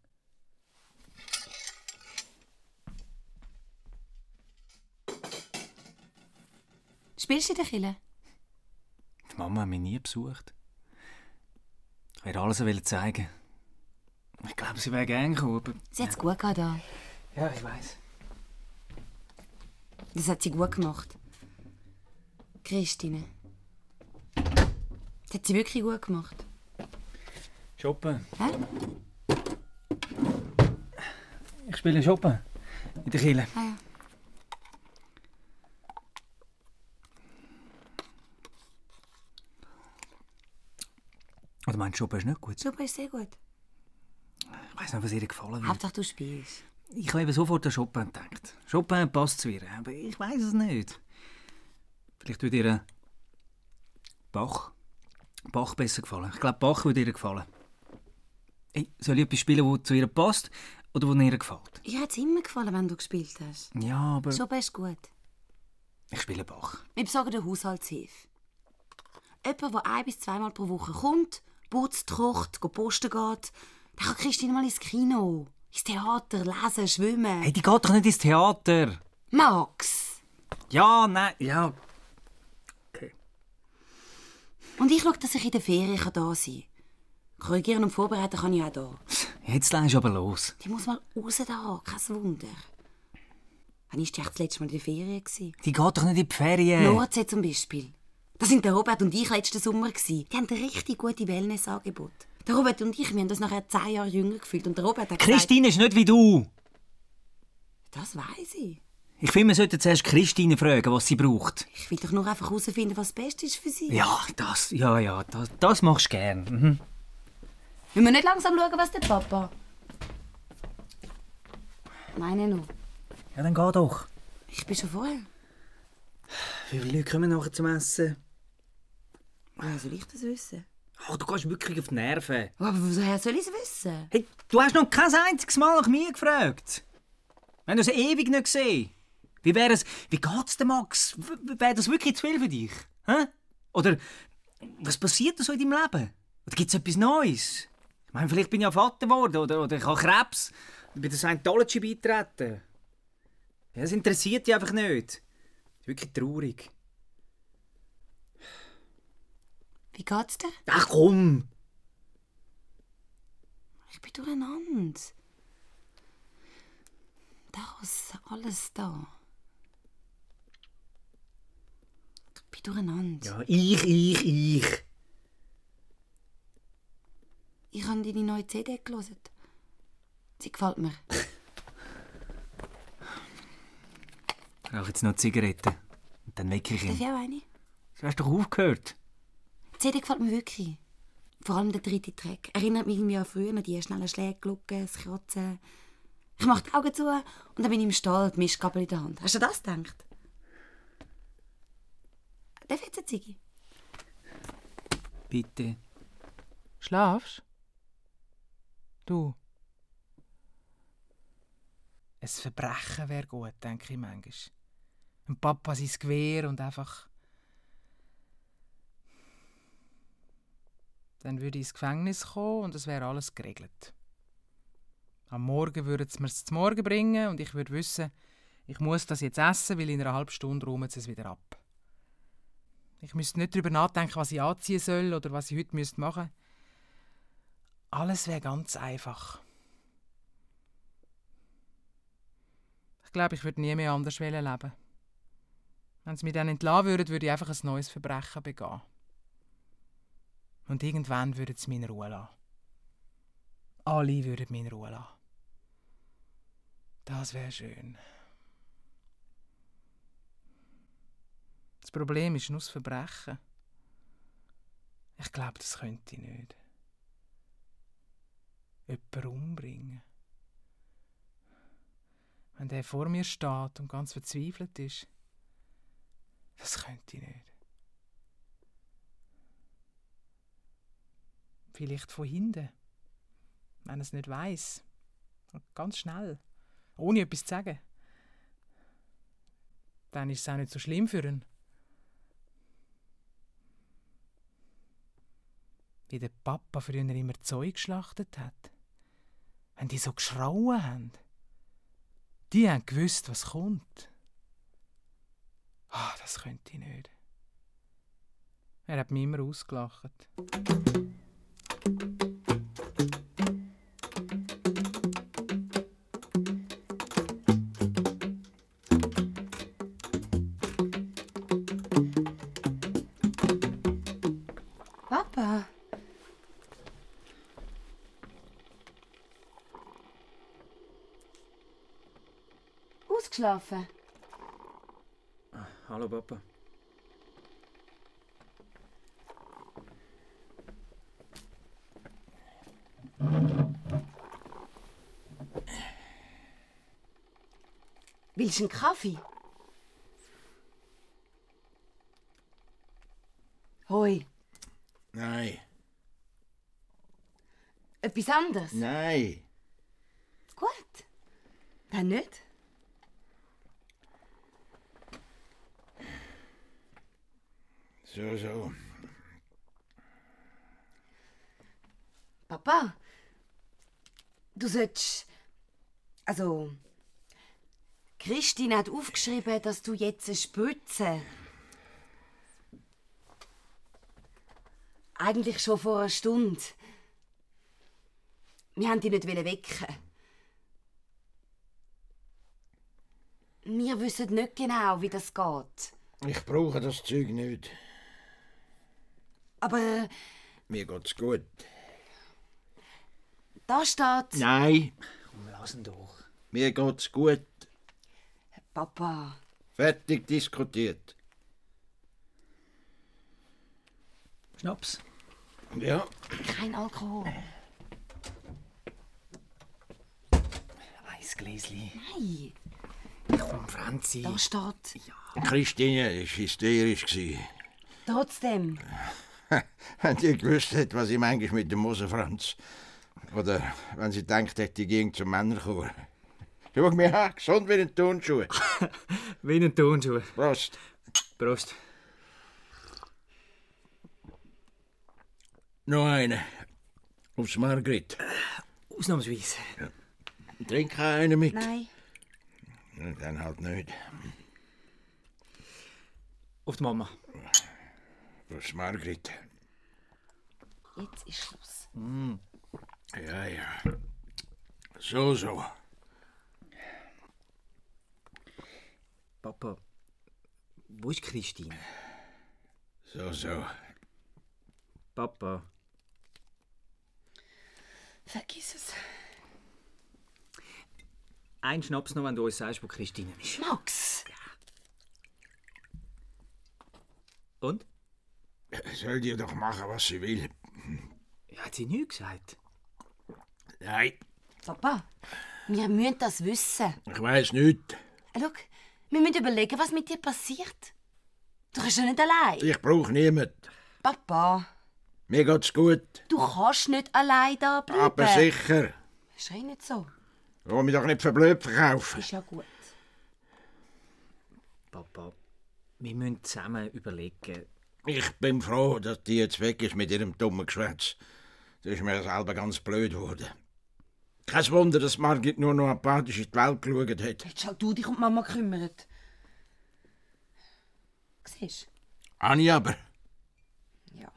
Speaker 3: Spielst du in der Kille?
Speaker 2: Die Mama hat mich nie besucht. Ich hätte alles wollen zeigen. Ich glaube, sie wäre gerne gekommen. aber-
Speaker 3: Sie hat es gut gehabt da.
Speaker 2: Ja, ich weiß.
Speaker 3: Das hat sie gut gemacht. Christine. Das hat sie wirklich gut gemacht.
Speaker 2: Shoppen.
Speaker 3: Hä?
Speaker 2: Ich spiele Shoppen. In der Kille.
Speaker 3: Ah ja.
Speaker 2: Oder meinst du, Shoppen ist nicht gut?
Speaker 3: Super ist sehr gut.
Speaker 2: Ich weiß nicht, was ihr gefallen wird.
Speaker 3: Hauptsache du spielst.
Speaker 2: Ich habe eben sofort an Chopin gedacht. Chopin passt zu ihr, aber ich weiß es nicht. Vielleicht würde ihr Bach, Bach besser gefallen. Ich glaube, Bach würde ihr gefallen. Hey, soll ich etwas spielen, das zu ihr passt oder das ihr gefällt?
Speaker 3: Ihr hat es immer gefallen, wenn du gespielt hast.
Speaker 2: Ja, aber...
Speaker 3: Super ist gut.
Speaker 2: Ich spiele Bach.
Speaker 3: Wir besorgen eine Haushaltshilfe. Jemand, der ein- bis zweimal pro Woche kommt, putzt, kocht, geht posten geht, dann kann Christine mal ins Kino, ins Theater, lesen, schwimmen.
Speaker 2: Hey, die geht doch nicht ins Theater.
Speaker 3: Max!
Speaker 2: Ja, nein, ja. Okay.
Speaker 3: Und ich schaue, dass ich in der Ferien da sein kann. Korrigieren und vorbereiten kann ich auch da.
Speaker 2: Jetzt lässt aber los.
Speaker 3: Die muss mal raus da, kein Wunder. Wann war die echt das letzte Mal in der Ferien? gewesen?
Speaker 2: Die geht doch nicht in die Ferien.
Speaker 3: Nordsee zum Beispiel. Das sind der Robert und ich letzten Sommer. gewesen. Die haben richtig gute Wellnessangebote. Der Robert und ich, wir haben uns nachher zehn Jahre jünger gefühlt. Und der Robert hat
Speaker 2: Christine ist nicht wie du.
Speaker 3: gesagt, das weiß ich.
Speaker 2: Ich finde, wir sollten zuerst Christine fragen, was sie braucht.
Speaker 3: Ich will doch nur einfach herausfinden, was das Beste ist für sie.
Speaker 2: Ja, das, ja, ja, das, das machst du gern. Mhm.
Speaker 5: Müssen wir nicht langsam schauen, was der Papa.
Speaker 3: Meine noch.
Speaker 2: Ja, dann geh doch.
Speaker 3: Ich bin schon vorher.
Speaker 2: Wie viele Leute kommen nachher zum Essen?
Speaker 3: Woher soll ich das wissen?
Speaker 2: Oh, du gehst wirklich auf die Nerven.
Speaker 3: Aber woher soll ich es wissen?
Speaker 2: Hey, du hast noch kein einziges Mal nach mir gefragt. Wir haben uns ewig nicht gesehen. Wie wäre es, wie geht's dir, Max? W- Wäre das wirklich zu viel für dich? Hä? Oder was passiert da so in deinem Leben? Oder gibt's etwas Neues? Ich meine, vielleicht bin ich ja Vater geworden oder, oder ich habe Krebs. Ich bin der Scientology beitreten. Ja, das interessiert dich einfach nicht. Das ist wirklich traurig.
Speaker 3: Wie geht's dir?
Speaker 2: Ach komm!
Speaker 3: Ich bin durcheinander. Das, alles da. Ich bin durcheinander.
Speaker 2: Ja, ich, ich, ich.
Speaker 3: Ich habe deine neue CD gelesen. Sie gefällt mir.
Speaker 2: Ich rauche jetzt noch Zigaretten. Und dann wecke ich
Speaker 3: Darf
Speaker 2: ihn.
Speaker 3: ich auch eine?
Speaker 2: Du hast doch aufgehört.
Speaker 3: Die CD gefällt mir wirklich. Vor allem der dritte Track. Erinnert mich irgendwie an früher, die schnellen Schläge, Glocken, das Kratzen. Ich mache die Augen zu und dann bin ich im Stall, die Mistgabel in der Hand. Hast du das gedacht? Darf ich jetzt eine Ziege?
Speaker 2: Bitte.
Speaker 1: Schlafst? Du. Ein Verbrechen wäre gut, denke ich manchmal. Ein Papa sein Gewehr und einfach. Dann würde ich ins Gefängnis kommen und es wäre alles geregelt. Am Morgen würden sie mir es zum Morgen bringen und ich würde wissen, ich muss das jetzt essen, weil in einer halben Stunde räumen sie es wieder ab. Ich müsste nicht darüber nachdenken, was ich anziehen soll oder was ich heute müsste machen müsste. Alles wäre ganz einfach. Ich glaube, ich würde nie mehr anders wollen leben. Wenn sie mich dann entlassen würden, würde ich einfach ein neues Verbrechen begehen. Und irgendwann würden sie mich in Ruhe lassen. Alle würden mich in Ruhe lassen. Das wäre schön. Das Problem ist nur das Verbrechen. Ich glaube, das könnte ich nicht. Jemanden umbringen. Wenn der vor mir steht und ganz verzweifelt ist, das könnte ich nicht. Vielleicht von hinten, wenn er es nicht weiß. Ganz schnell, ohne etwas zu sagen. Dann ist es auch nicht so schlimm für ihn. wie der Papa früher immer Zeug geschlachtet hat. Wenn die so geschrauen haben. Die haben gewusst, was kommt. Ah, das könnte ich nicht. Er hat mich immer ausgelacht.
Speaker 5: Papa, ausgeschlafen?
Speaker 2: Hallo, Papa.
Speaker 5: Willst du einen Kaffee? Hoi,
Speaker 4: Nein,
Speaker 5: etwas anderes?
Speaker 4: nein.
Speaker 5: Gut. Dann nicht?
Speaker 4: So, so.
Speaker 5: Papa, du solltest. Also. Christine hat aufgeschrieben, dass du jetzt eine Spritze. Eigentlich schon vor einer Stunde. Wir haben dich nicht wecken. Wir wissen nicht genau, wie das geht.
Speaker 4: Ich brauche das Zeug nicht.
Speaker 5: Aber
Speaker 4: Mir geht's gut.
Speaker 5: Da steht.
Speaker 4: Nein,
Speaker 2: Komm, lass ihn doch.
Speaker 4: mir geht's gut.
Speaker 5: Papa.
Speaker 4: Fertig diskutiert.
Speaker 2: Schnaps.
Speaker 4: Ja.
Speaker 5: Kein Alkohol.
Speaker 2: Ein Gläschen.
Speaker 5: Nein.
Speaker 2: Komm, Franzi.
Speaker 5: Da steht.
Speaker 4: Christine war hysterisch. gewesen.
Speaker 5: Trotzdem.
Speaker 4: Wenn die gewusst hätte, was ich manchmal mit dem Moser Franz. Oder wenn sie denkt hätte, ich ging zum Männerchor. Schau mich an, gesund wie ein Turnschuh.
Speaker 2: Wie ein Turnschuh.
Speaker 4: Prost.
Speaker 2: Prost.
Speaker 4: Noch einen. Aufs Margret.
Speaker 2: Ausnahmsweise.
Speaker 4: Trink einen mit.
Speaker 5: Nein.
Speaker 4: Ja, Dann halt nicht.
Speaker 2: Auf die Mama.
Speaker 4: Aufs Margret.
Speaker 5: Jetzt ist Schluss.
Speaker 4: Ja, ja. So, so.
Speaker 2: Papa, wo ist Christine?
Speaker 4: So, so.
Speaker 2: Papa.
Speaker 5: Vergiss es.
Speaker 2: Ein Schnaps noch, wenn du uns sagst, wo Christine ist.
Speaker 5: Max.
Speaker 2: Und?
Speaker 4: Soll die doch machen, was sie will.
Speaker 2: Ja, hat sie nichts gesagt.
Speaker 4: Nein,
Speaker 5: Papa. Wir müssen das wissen. Äh,
Speaker 4: ich weiß nicht.
Speaker 5: Schau, wir müssen überlegen, was mit dir passiert. Du kannst ja nicht allein.
Speaker 4: Ich brauche niemanden.
Speaker 5: Papa,
Speaker 4: Mir geht's gut.
Speaker 5: du kannst nicht allein da bleiben.
Speaker 4: Aber sicher.
Speaker 5: Schrei nicht so.
Speaker 4: Ich will mich doch nicht verblöd verkaufen.
Speaker 5: Ist ja gut.
Speaker 2: Papa, wir müssen zusammen überlegen.
Speaker 4: Ich bin froh, dass die jetzt weg ist mit ihrem dummen Geschwätz. Das ist mir selber ganz blöd geworden. Kein Wunder, dass Margit nur noch apathisch in die Welt geschaut hat.
Speaker 5: Jetzt schau du dich um die Mama kümmert. Siehst
Speaker 4: Anni aber,
Speaker 5: du? Ja.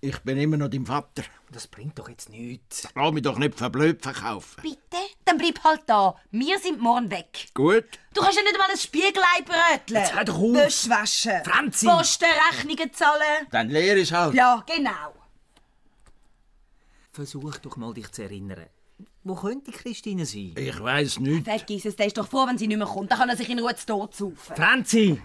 Speaker 4: ich bin immer noch dein Vater.
Speaker 2: Das bringt doch jetzt nichts.
Speaker 4: Lass mich doch nicht verblöd verkaufen.
Speaker 5: Bitte? Dann bleib halt da. Wir sind morgen weg.
Speaker 4: Gut?
Speaker 5: Du kannst ja nicht mal ein Spiegelei bröteln.
Speaker 2: Jetzt hör doch auf.
Speaker 5: Wäsche waschen.
Speaker 2: Franzi!
Speaker 5: Posten, Rechnungen zahlen.
Speaker 4: Dann lehr es halt.
Speaker 5: Ja, genau.
Speaker 2: Versuch doch mal, dich zu erinnern. Wo könnte Christine sein?
Speaker 4: Ich weiß nicht.
Speaker 5: Vergiss es, der ist doch froh, wenn sie nicht mehr kommt. Dann kann er sich in Ruhe zu Tod saufen.
Speaker 2: Franzi!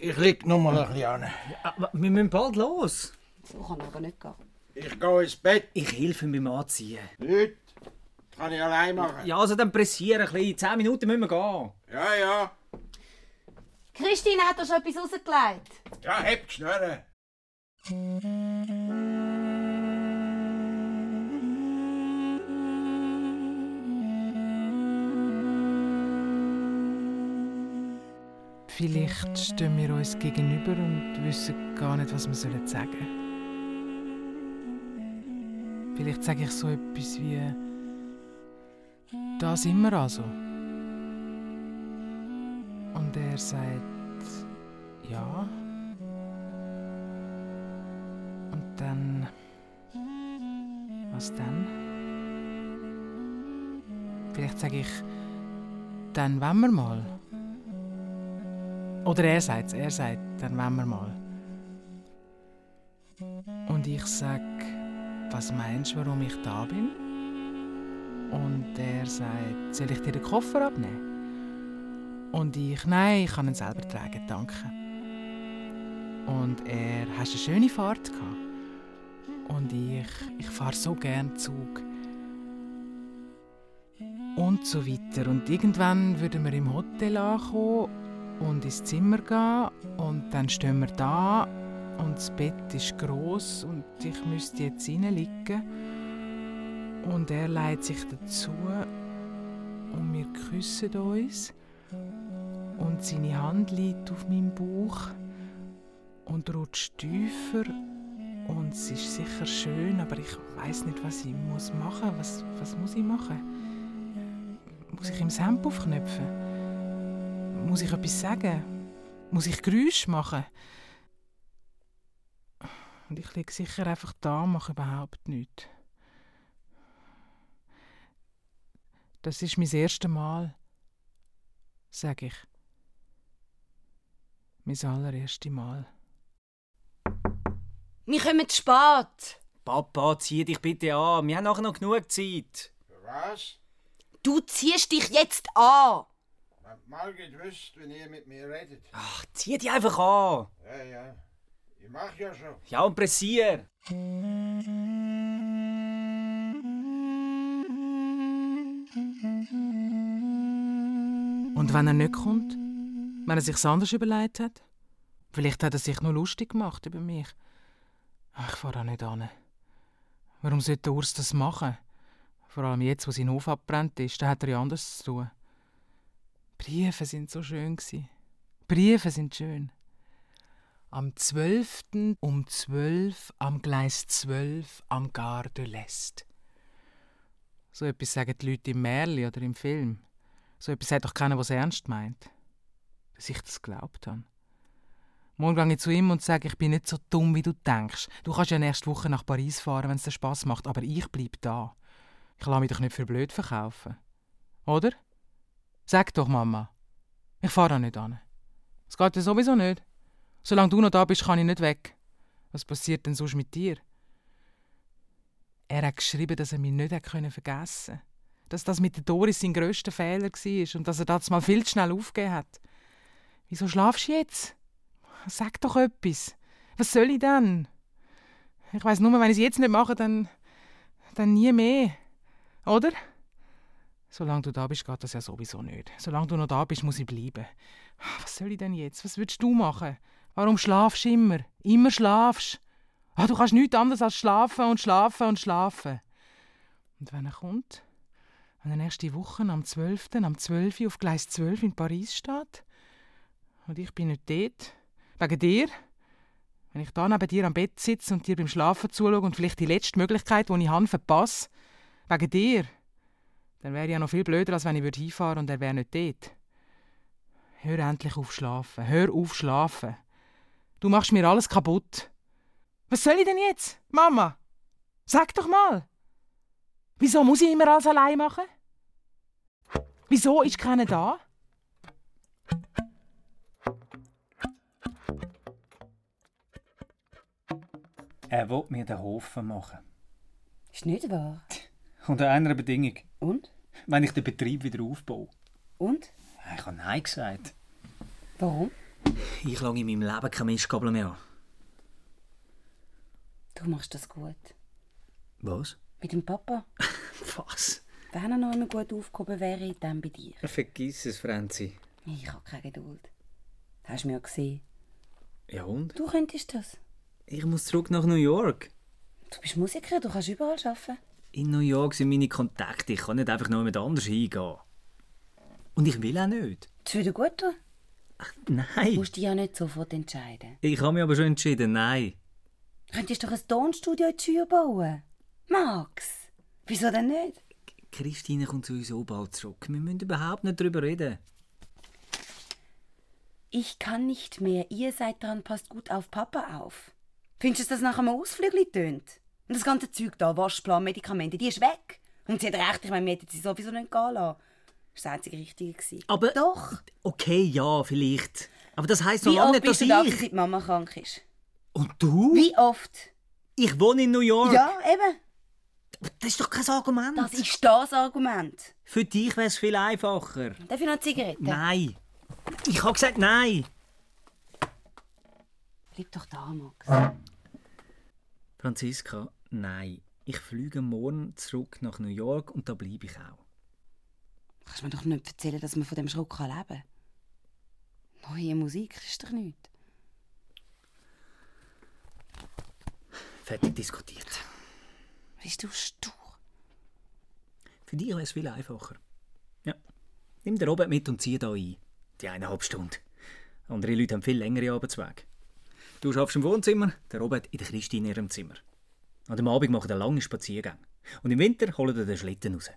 Speaker 4: Ich lieg noch mal ein bisschen an.
Speaker 2: Aber Ah, wir müssen bald los.
Speaker 5: So kann er aber nicht gehen.
Speaker 4: Ich gehe ins Bett.
Speaker 2: Ich helfe beim Anziehen.
Speaker 4: Nicht. Kann ich allein machen.
Speaker 2: Ja, also dann pressieren ein bisschen. Zehn Minuten müssen wir gehen.
Speaker 4: Ja, ja.
Speaker 5: Christine hat da schon etwas rausgelegt.
Speaker 4: Ja, hebt die Schnurren.
Speaker 1: Vielleicht stehen wir uns gegenüber und wissen gar nicht, was wir sagen sollen. Vielleicht sage ich so etwas wie: Da sind wir also. Und er sagt: Ja. Und dann. Was dann? Vielleicht sage ich: Dann wollen wir mal. Oder er sagt es, er sagt, dann wollen wir mal. Und ich sag, was meinst du, warum ich da bin? Und er sagt, soll ich dir den Koffer abnehmen? Und ich, nein, ich kann ihn selber tragen, danke. Und er, hast eine schöne Fahrt gehabt? Und ich, ich fahre so gern Zug. Und so weiter. Und irgendwann würden wir im Hotel ankommen und ins Zimmer gehen und dann stehen wir da und das Bett ist groß und ich müsste jetzt hineinliegen und er leitet sich dazu und wir küssen uns und seine Hand liegt auf meinem Bauch und rutscht tiefer und es ist sicher schön, aber ich weiß nicht, was ich muss machen. Was, was muss ich machen? Muss ich ihm das Hemd aufknöpfen? Muss ich etwas sagen? Muss ich Geräusche machen? Und ich liege sicher einfach da und mache überhaupt nichts. Das ist mein erstes Mal, sage ich. Mein allererstes Mal.
Speaker 5: Wir kommen zu spät.
Speaker 2: Papa, zieh dich bitte an. Wir haben nachher noch genug Zeit.
Speaker 4: Was?
Speaker 5: Du ziehst dich jetzt an!
Speaker 4: Habt mal gewusst, wenn ihr mit mir redet.
Speaker 2: Ach, zieh dich einfach an.
Speaker 4: Ja, ja. Ich mach ja schon.
Speaker 2: Ja, und pressier.
Speaker 1: Und wenn er nicht kommt? Wenn er sich's anders überlegt hat? Vielleicht hat er sich nur lustig gemacht über mich. Ach, Ich fahre auch nicht an. Warum sollte der Urs das machen? Vor allem jetzt, wo sein Hof abbrennt ist, da hat er ja anders zu tun. Briefe sind so schön gsi. Briefe sind schön. Am 12. um 12 am Gleis 12 am Gare de l'Est. So etwas sagen die Leute im Märli oder im Film. So etwas hat doch keiner, was ernst meint. Dass ich das glaubt habe. Morgen gehe ich zu ihm und sage, ich bin nicht so dumm, wie du denkst. Du kannst ja nächste Woche nach Paris fahren, wenn es dir Spass macht, aber ich bleib da. Ich lasse mich doch nicht für blöd verkaufen. Oder? Sag doch, Mama. Ich fahre da nicht an. Es geht ja sowieso nicht. Solange du noch da bist, kann ich nicht weg. Was passiert denn sonst mit dir? Er hat geschrieben, dass er mich nicht hat können vergessen konnte. Dass das mit der Doris sein grösster Fehler war und dass er das mal viel zu schnell aufgegeben hat. Wieso schlafst du jetzt? Sag doch etwas. Was soll ich denn? Ich weiß nur, wenn ich es jetzt nicht mache, dann. dann nie mehr. Oder? Solange du da bist, geht das ja sowieso nicht. Solange du noch da bist, muss ich bleiben. Was soll ich denn jetzt? Was würdest du machen? Warum schlafst du immer? Immer schlafst. Ah, du kannst nichts anderes als schlafen und schlafen und schlafen. Und wenn er kommt, wenn er nächste Woche am 12. am 12. auf Gleis 12 in Paris steht und ich bin nicht dort, wegen dir, wenn ich da neben dir am Bett sitze und dir beim Schlafen zuschaue und vielleicht die letzte Möglichkeit, die ich habe, verpasse, wegen dir, dann wäre ich ja noch viel blöder, als wenn ich würde hinfahren und er wäre nicht dort. Hör endlich auf schlafen. Hör auf schlafen. Du machst mir alles kaputt. Was soll ich denn jetzt, Mama? Sag doch mal. Wieso muss ich immer alles allein machen? Wieso ist keiner da?
Speaker 2: Er will mir den Hofen machen.
Speaker 3: Ist nicht wahr.
Speaker 2: Unter einer Bedingung.
Speaker 3: Und?
Speaker 2: Wenn ich den Betrieb wieder aufbaue.
Speaker 3: Und?
Speaker 2: Ich habe Nein gesagt.
Speaker 3: Warum?
Speaker 2: Ich lange in meinem Leben keine Mistgabel mehr an.
Speaker 3: Du machst das gut.
Speaker 2: Was?
Speaker 3: Mit dem Papa.
Speaker 2: Was?
Speaker 3: Wenn er noch einmal gut aufgehoben wäre, dann bei dir.
Speaker 2: Vergiss es, Franzi.
Speaker 3: Ich habe keine Geduld. Hast du mir ja gesehen.
Speaker 2: Ja und?
Speaker 3: Du könntest das.
Speaker 2: Ich muss zurück nach New York.
Speaker 3: Du bist Musiker, du kannst überall arbeiten.
Speaker 2: In New York sind meine Kontakte. Ich kann nicht einfach noch mit anders hingehen. Und ich will auch nicht.
Speaker 3: Das würde gut tun.
Speaker 2: Ach,
Speaker 3: Du
Speaker 2: nein.
Speaker 3: musst dich ja nicht sofort entscheiden.
Speaker 2: Ich habe mich aber schon entschieden. Nein.
Speaker 3: Du könntest doch ein Tonstudio in die Schür bauen. Max, wieso denn nicht?
Speaker 2: Christine kommt sowieso bald zurück. Wir müssen überhaupt nicht darüber reden.
Speaker 3: Ich kann nicht mehr. Ihr seid dran, passt gut auf Papa auf. Findest du, dass das nach einem Ausflügel tönt? Und das ganze Zeug da, Waschplan, Medikamente, die ist weg. Und sie hat recht, ich meine, wir hätten sie sowieso nicht gehen lassen. Das war das einzige Richtige. gewesen.
Speaker 2: Aber-
Speaker 3: Doch!
Speaker 2: Okay, ja, vielleicht. Aber das heisst noch
Speaker 3: Wie
Speaker 2: lange nicht,
Speaker 3: oft
Speaker 2: dass
Speaker 3: bist du da, gewesen,
Speaker 2: ich...
Speaker 3: seit Mama krank ist?
Speaker 2: Und du?
Speaker 3: Wie oft?
Speaker 2: Ich wohne in New York.
Speaker 3: Ja, eben.
Speaker 2: Aber Das ist doch kein Argument.
Speaker 3: Das ist das Argument.
Speaker 2: Für dich wäre es viel einfacher.
Speaker 3: Darf ich noch eine Zigarette?
Speaker 2: Nein. Ich habe gesagt nein.
Speaker 3: Bleib doch da, Max.
Speaker 2: Franziska, nein. Ich fliege morgen zurück nach New York und da bleibe ich auch.
Speaker 3: Kannst mir doch nicht erzählen, dass man von dem Schruck kann leben kann. Neue Musik ist doch nichts.
Speaker 2: Fertig diskutiert.
Speaker 3: Bist du stur?
Speaker 2: Für dich wäre es viel einfacher. Ja. Nimm den Robert mit und zieh da ein. Die eineinhalb Stunden. Andere Leute haben viel längere Arbeitswege. Du schaffst im Wohnzimmer, der Robert in der Christine in ihrem Zimmer. An dem Abend machen wir einen langen Spaziergang. Und im Winter holen wir den Schlitten raus.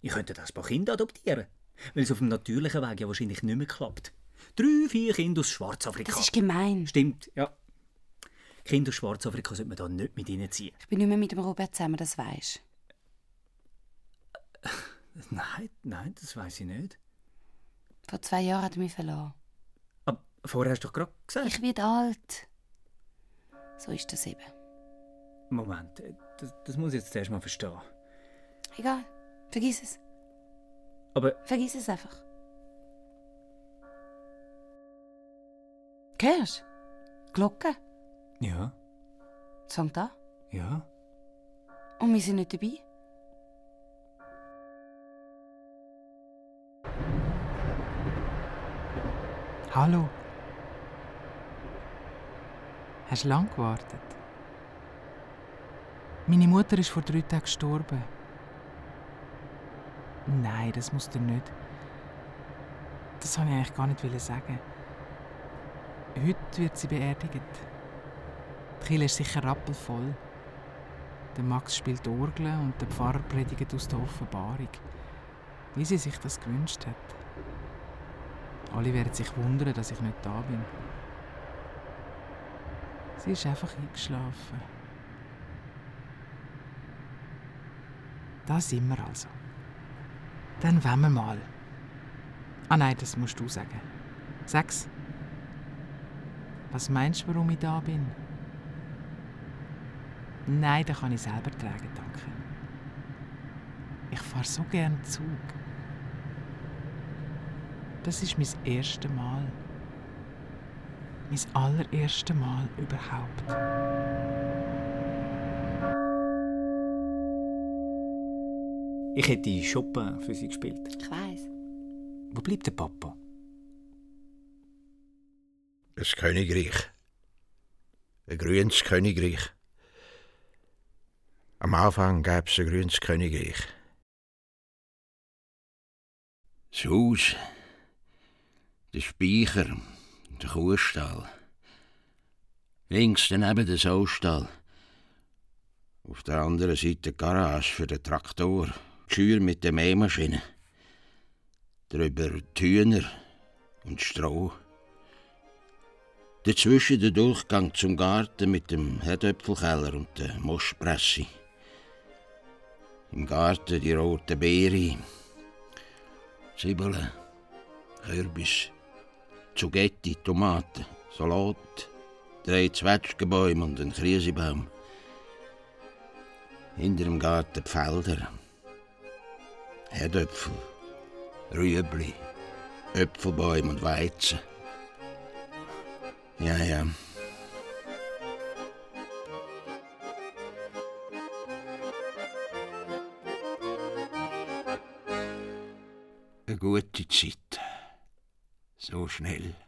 Speaker 2: Ich könnte das paar Kinder adoptieren. Weil es auf dem natürlichen Weg ja wahrscheinlich nicht mehr klappt. Drei, vier Kinder aus Schwarzafrika.
Speaker 3: Das ist gemein.
Speaker 2: Stimmt, ja. Kinder aus Schwarzafrika sollte man da nicht mit reinziehen.
Speaker 3: Ich bin nicht mehr mit dem Robert zusammen, das weisst.
Speaker 2: Nein, nein, das weiß ich nicht.
Speaker 3: Vor zwei Jahren hat er mich verloren.
Speaker 2: Aber vorher hast du doch gerade gesagt.
Speaker 3: Ich werde alt. So ist das eben.
Speaker 2: Moment, äh, das, das muss ich jetzt zuerst mal verstehen.
Speaker 5: Egal. Vergiss es.
Speaker 2: Aber
Speaker 5: Vergiss es einfach. Hörst du? Glocke.
Speaker 2: ja,
Speaker 5: Sankt an.
Speaker 2: ja.
Speaker 5: Und wir sind nicht dabei.
Speaker 1: Hallo. Hast du lang gewartet? Meine Mutter ist vor drei Tagen gestorben. Nein, das musst du nicht. Das wollte ich eigentlich gar nicht wollen sagen. Heute wird sie beerdigt. Die Kirche ist sicher rappelvoll. Der Max spielt Orgel und der Pfarrer predigt aus der Offenbarung. Wie sie sich das gewünscht hat. Alle werden sich wundern, dass ich nicht da bin. Sie ist einfach eingeschlafen. Da sind wir also. Dann wollen wir mal. Ah nein, das musst du sagen. Sag's. Was meinst du, warum ich da bin? Nein, das kann ich selber tragen, danke. Ich fahre so gern Zug. Das ist mein erstes Mal. Mein allererstes Mal überhaupt.
Speaker 2: Ich hätte Chopin für sie gespielt.
Speaker 5: Ich weiß.
Speaker 2: Wo bleibt der Papa?
Speaker 4: Ein Königreich. Ein grünes Königreich. Am Anfang gab es ein grünes Königreich. Das Haus, der Speicher, der Kuhstall. Links daneben der Saustall. Auf der anderen Seite die Garage für den Traktor, die Schür mit der Mähmaschine. Drüber die Hühner und Stroh. Dazwischen der Durchgang zum Garten mit dem Herdöpfelkeller und der Moschpresse. Im Garten die roten Beeren, Zwiebeln, Kürbis, Zugetti, Tomaten, Salat, drei Zwetschgenbäume und ein Krisenbaum. Hinter dem Garten die Felder, Herdöpfel, Rüebli, Äpfelbäume und Weizen. Ja, ja. Eine gute Zeit. So schnell.